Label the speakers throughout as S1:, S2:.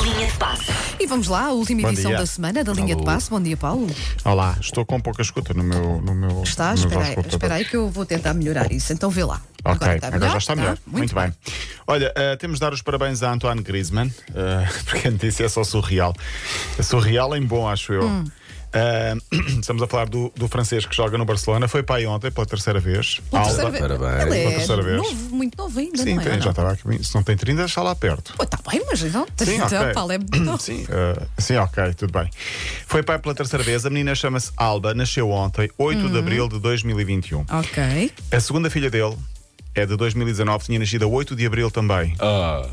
S1: Linha de passe.
S2: E vamos lá, a última
S3: Bom
S2: edição
S3: dia.
S2: da semana da Linha de
S3: Alô.
S2: Passo. Bbom dia, Paulo.
S3: Olá, estou com pouca escuta no meu. No meu
S2: Estás?
S3: no meu
S2: Espera aí,
S3: auscultador.
S2: espera aí que eu vou tentar melhorar isso. Então vê lá.
S3: Ok, agora,
S2: está
S3: já está
S2: Tá?
S3: melhor. Muito, bem. Olha, eh, temos de dar os parabéns a Antoine Griezmann, eh, porque a notícia é só surreal. É surreal em bom, acho eu.
S2: Hum.
S3: Eh, estamos a falar do, do francês que joga no Barcelona. Foi pai ontem pela terceira vez.
S2: Pela
S3: Alba.
S2: terceira vez.
S4: parabéns.
S2: Ele
S3: Pela
S2: é
S3: terceira vez.
S2: novo, muito novo ainda,
S3: Sim,
S2: não é?
S3: tem,
S2: Ou
S3: já
S2: não?
S3: estava aqui. Se não tem 30, está lá perto.
S2: Pô, tá bem, mas não.
S3: Sim,
S2: então,
S3: ok.
S2: Paulo, é
S3: Sim, eh, sim, ok, tudo bem. Foi pai pela terceira vez. A menina chama-se Alba, nasceu ontem, 8
S2: Hum.
S3: de abril de 2021.
S2: Ok.
S3: A segunda filha dele é de 2019, tinha nascido a 8 de abril também.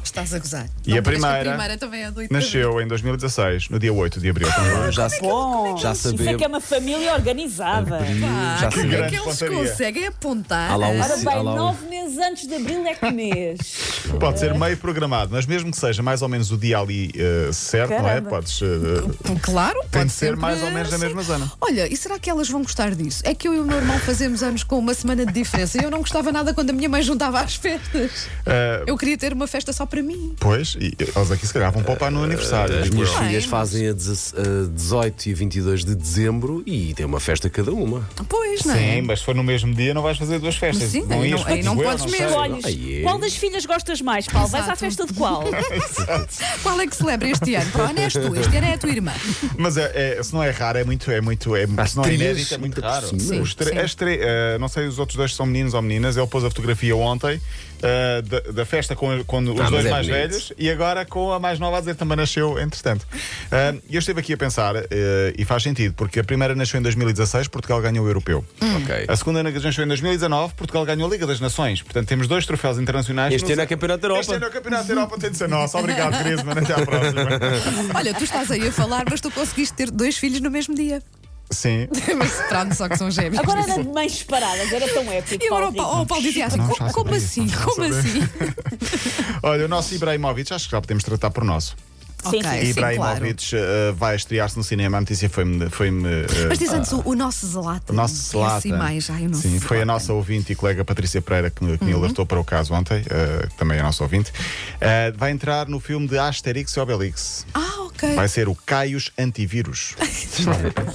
S2: Estás a gozar.
S3: E
S2: Não parece que
S3: a primeira
S2: A primeira também é doida.
S3: Nasceu em 2016, no dia 8 de abril
S5: é
S3: também.
S4: já, se- já
S5: Isso é que é
S4: sabemos.
S5: uma família
S3: É
S5: organizada.
S2: Ah,
S4: já
S2: como é que
S3: grande
S2: eles
S3: pontaria.
S2: conseguem apontar?
S4: Há lá um
S2: Ah,
S5: Ora
S4: Sim, olha
S5: bem,
S4: lá o-
S5: nove meses antes de abril é que mês.
S3: Pode ser meio programado, mas mesmo que seja mais ou menos o dia ali eh, certo, não é?
S5: Caramba.
S3: Podes. eh,
S2: Então, Claro,
S3: tem
S2: pode
S3: de ser
S2: sempre
S3: mais ou menos da
S2: ser.
S3: mesma zona.
S2: Olha, e será que elas vão gostar disso? É que eu e o meu irmão fazemos anos com uma semana de diferença e eu não gostava nada quando a minha mãe juntava às festas.
S3: eh,
S2: Eu queria ter uma festa só para mim.
S3: pois, e eles aqui se calhar vão poupar no aniversário.
S4: As
S3: digo
S4: minhas
S3: eu.
S2: Bem,
S4: filhas
S2: mas-
S4: fazem a deze- a 18 e 22 de dezembro e tem uma festa cada uma.
S2: Pois, não é?
S3: Sim, mas se for no mesmo dia, não vais fazer duas festas.
S2: Mas sim, aí
S3: ias,
S2: não- aí não
S3: digo eu,
S2: podes
S3: sei.
S2: mesmo.
S5: Olhos,
S4: Ai, é.
S5: qual das filhas gostas mais, Paulo? Vais à
S2: Exato.
S5: festa de qual?
S2: Qual é que celebra este ano? Para onde és tu? Este ano é a tua irmã.
S3: Mas é, é- se não é raro, é muito. É muito é, se não é
S4: três,
S3: inédito, é muito
S4: ainda por
S3: raro.
S4: cima.
S3: Os tre-
S2: Sim.
S3: as tre- eh, não sei, os outros dois são meninos ou meninas. Ele pôs a fotografia ontem eh, da, da festa com, com os
S4: mas
S3: dois
S4: é
S3: mais
S4: bonito.
S3: velhos e agora com a mais nova a dizer que também nasceu, entretanto. Eh, E eu estive aqui a pensar, eh, e faz sentido, porque a primeira nasceu em 2016, Portugal ganhou o europeu.
S4: Ok.
S3: A segunda nasceu em 2019, Portugal ganhou a Liga das Nações. Portanto, temos dois troféus internacionais.
S4: Este
S3: Não
S4: ano
S3: sei-
S4: é Campeonato da Europa.
S3: Este ano é o Campeonato da Europa, tem de ser nosso. Obrigado, Griezmann. Até à próxima.
S2: Olha, tu estás aí a falar, mas tu conseguiste ter dois filhos no mesmo dia.
S3: Sim.
S2: Mas pronto, só que são gêmeos.
S5: Agora era de mães separadas, era tão épico.
S2: E agora o
S5: Paulo
S2: Paulo, o Paulo dizia assim:
S3: Não,
S2: "Co-
S3: já
S2: como,
S3: sabia, não
S2: assim?
S3: já
S2: Como
S3: sabia."
S2: assim?
S3: Olha, o nosso Ibrahimovic, acho que já podemos tratar por nosso.
S5: Sim,
S2: Ok,
S5: sim.
S2: sim, claro.
S3: Ibrahimovic eh, vai estrear-se no cinema. A notícia foi-me. Foi-me eh,
S2: Mas diz antes o, o nosso Zelatan.
S3: o nosso
S2: É
S3: Zlatan.
S2: assim mais, ai, o nosso
S3: Sim, foi a
S2: Zlatan.
S3: nossa ouvinte e colega Patrícia Pereira que, me- que
S2: Uhum.
S3: me alertou para o caso ontem, eh, que também é nosso ouvinte. Eh, vai entrar no filme de Asterix e Obelix.
S2: Ah, ok.
S3: Vai ser o Caios Antivírus.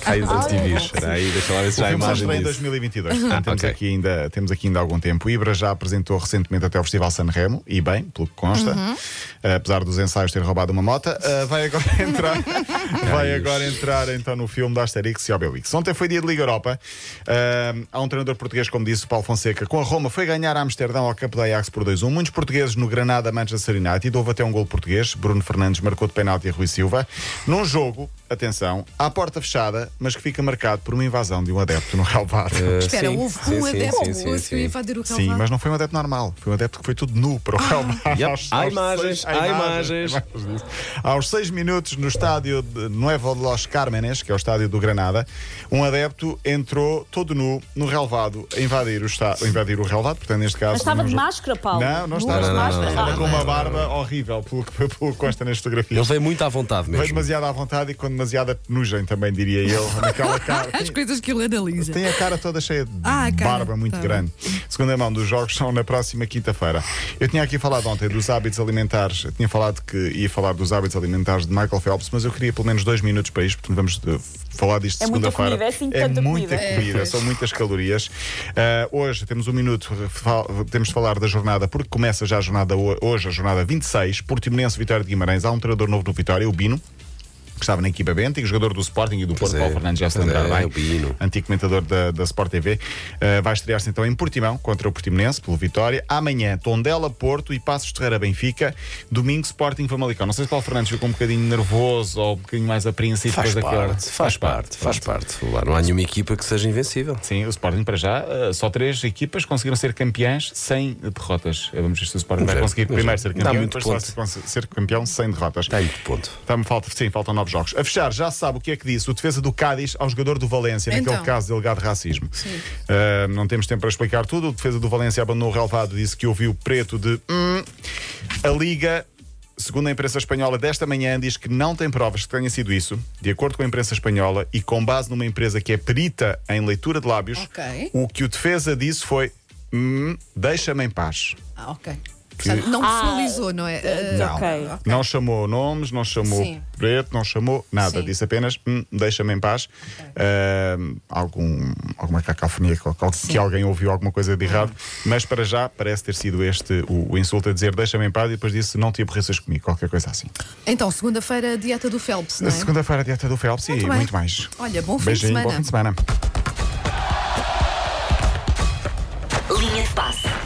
S4: Cai os antivírus. Espera aí, deixa lá ver
S3: O
S4: se já há
S3: filme só
S4: imagem
S3: estreia em
S4: disso.
S3: 2022,
S2: Uhum.
S3: portanto temos,
S4: Ok.
S3: aqui ainda, temos aqui ainda algum tempo. O Ibra já apresentou recentemente até o Festival Sanremo, e bem, pelo que consta, eh, apesar dos ensaios ter roubado uma moto, eh, vai agora entrar, vai agora entrar então no filme da Asterix e Obelix. Ontem foi dia de Liga Europa, eh, há um treinador português, como disse o Paulo Fonseca, com a Roma, foi ganhar a Amsterdão ao campo da Ajax por 2-1. Muitos portugueses no Granada, Manchester United, houve até um gol português, Bruno Fernandes marcou de penalti a Rui Silva, num jogo, atenção, à porta fechada, mas que fica marcado por uma invasão de um adepto no relvado.
S2: Espera,
S4: Ah, Sim,
S2: houve
S4: sim,
S2: um
S4: sim,
S2: adepto
S4: sim,
S2: que
S4: sim,
S2: conseguiu
S4: sim.
S2: invadir o calvão.
S3: Sim, mas não foi um adepto normal. Foi um adepto que foi tudo nu para o relvado.
S4: Então Ah, Yep.
S3: Aos-
S4: Há
S3: aos
S4: imagens,
S3: seis-
S4: há imagens.
S3: há imagens disso. Aos seis minutos, no estádio de Nuevo de Los Cármenes, que é o estádio do Granada, um adepto entrou todo nu no relvado a invadir o, está, a invadir o relvado. Portanto, neste caso.
S5: Mas estava
S3: num
S5: de
S3: jogo-
S5: máscara, Paulo?
S3: Não, não
S5: Duas
S3: estava.
S5: máscaras?
S3: Estava
S5: Ah,
S3: com uma barba horrível, pelo que, pelo que consta nas
S4: Ele
S3: fotografias.
S4: veio muito à vontade
S3: Veio
S4: mesmo.
S3: demasiado à vontade e com demasiada penugem, também diria eu, naquela cara.
S2: As coisas que ele analisa.
S3: Tem a cara toda cheia de
S2: Ah, a cara.
S3: barba muito
S2: Tá bem.
S3: grande. Segunda mão dos jogos são na próxima quinta-feira. Eu tinha aqui falado ontem dos hábitos alimentares. Eu tinha falado que ia falar dos hábitos alimentares de Michael Phelps, mas eu queria pelo menos dois minutos para isto, porque vamos eh, falar disto
S5: É muita
S3: segunda-feira.
S5: comida, é assim tanta
S3: muita
S5: comida. É,
S3: comida,
S2: pois.
S3: são muitas calorias. Ah, hoje temos um minuto, fal- temos de falar da jornada, porque começa já a jornada ho- hoje, a jornada 26, Portimonense Vitória de Guimarães. Há um treinador novo no Vitória, o Bino. Que estava na equipa Bento e jogador do Sporting e do Porto,
S4: é,
S3: Paulo Fernandes já se
S4: pois
S3: lembrar
S4: é,
S3: bem
S4: o Bino.
S3: antigo comentador da, da Sport TV. Uh, vai estrear-se então em Portimão contra o Portimonense, pelo Vitória. Amanhã, Tondela, Porto e Passos de Ferreira, Benfica. Domingo, Sporting, Famalicão. Não sei se Paulo Fernandes ficou um bocadinho nervoso ou um bocadinho mais apreensivo
S4: Faz
S3: depois daquela.
S4: parte, faz parte, faz parte. Lá Não há nenhuma equipa que seja invencível.
S3: Sim, o Sporting para já, uh, só três equipas conseguiram ser campeãs sem derrotas. Uh, Vamos ver se o Sporting
S4: Vamos
S3: vai
S4: ver,
S3: conseguir
S4: vamos
S3: primeiro
S4: ver.
S3: ser
S4: Dá
S3: campeão e
S4: muito
S3: depois só
S4: ponto.
S3: se cons- ser campeão sem derrotas.
S4: Tem muito ponto.
S3: Tá, me falta, sim, faltam nove jogos. A fechar, já se sabe o que é que disse o defesa do Cádiz ao jogador do Valência, naquele
S2: Então.
S3: caso de delegado de racismo. Ah, não temos tempo para explicar tudo. O defesa do Valência abandonou o relvado, disse que ouviu preto de. "Hum". A Liga. Segundo a imprensa espanhola desta manhã, diz que não tem provas que tenha sido isso. De acordo com a imprensa espanhola e com base numa empresa que é perita em leitura de lábios,
S2: Ok.
S3: o que o defesa disse foi: "Hum, deixa-me em paz.
S2: Ah, ok. Portanto, não
S5: Ah,
S2: personalizou, não é? Eh,
S4: não.
S5: Ok.
S3: Não chamou nomes, não chamou
S2: Sim.
S3: preto, não chamou nada.
S2: Sim.
S3: Disse apenas, "Hum, deixa-me em paz. Ahm, algum, alguma cacafonia que, que alguém ouviu alguma coisa de errado.
S2: Hum.
S3: Mas para já parece ter sido este o, o insulto a dizer deixa-me em paz e depois disse não te aborreças comigo, qualquer coisa assim.
S2: Então, segunda-feira, dieta do Phelps, não
S3: Na
S2: é?
S3: Segunda-feira, a dieta do Phelps e
S2: Muito bem.
S3: muito mais.
S2: Olha, bom fim de
S3: Beijinho,
S2: semana.
S3: bom fim de semana.
S1: Linha de passe.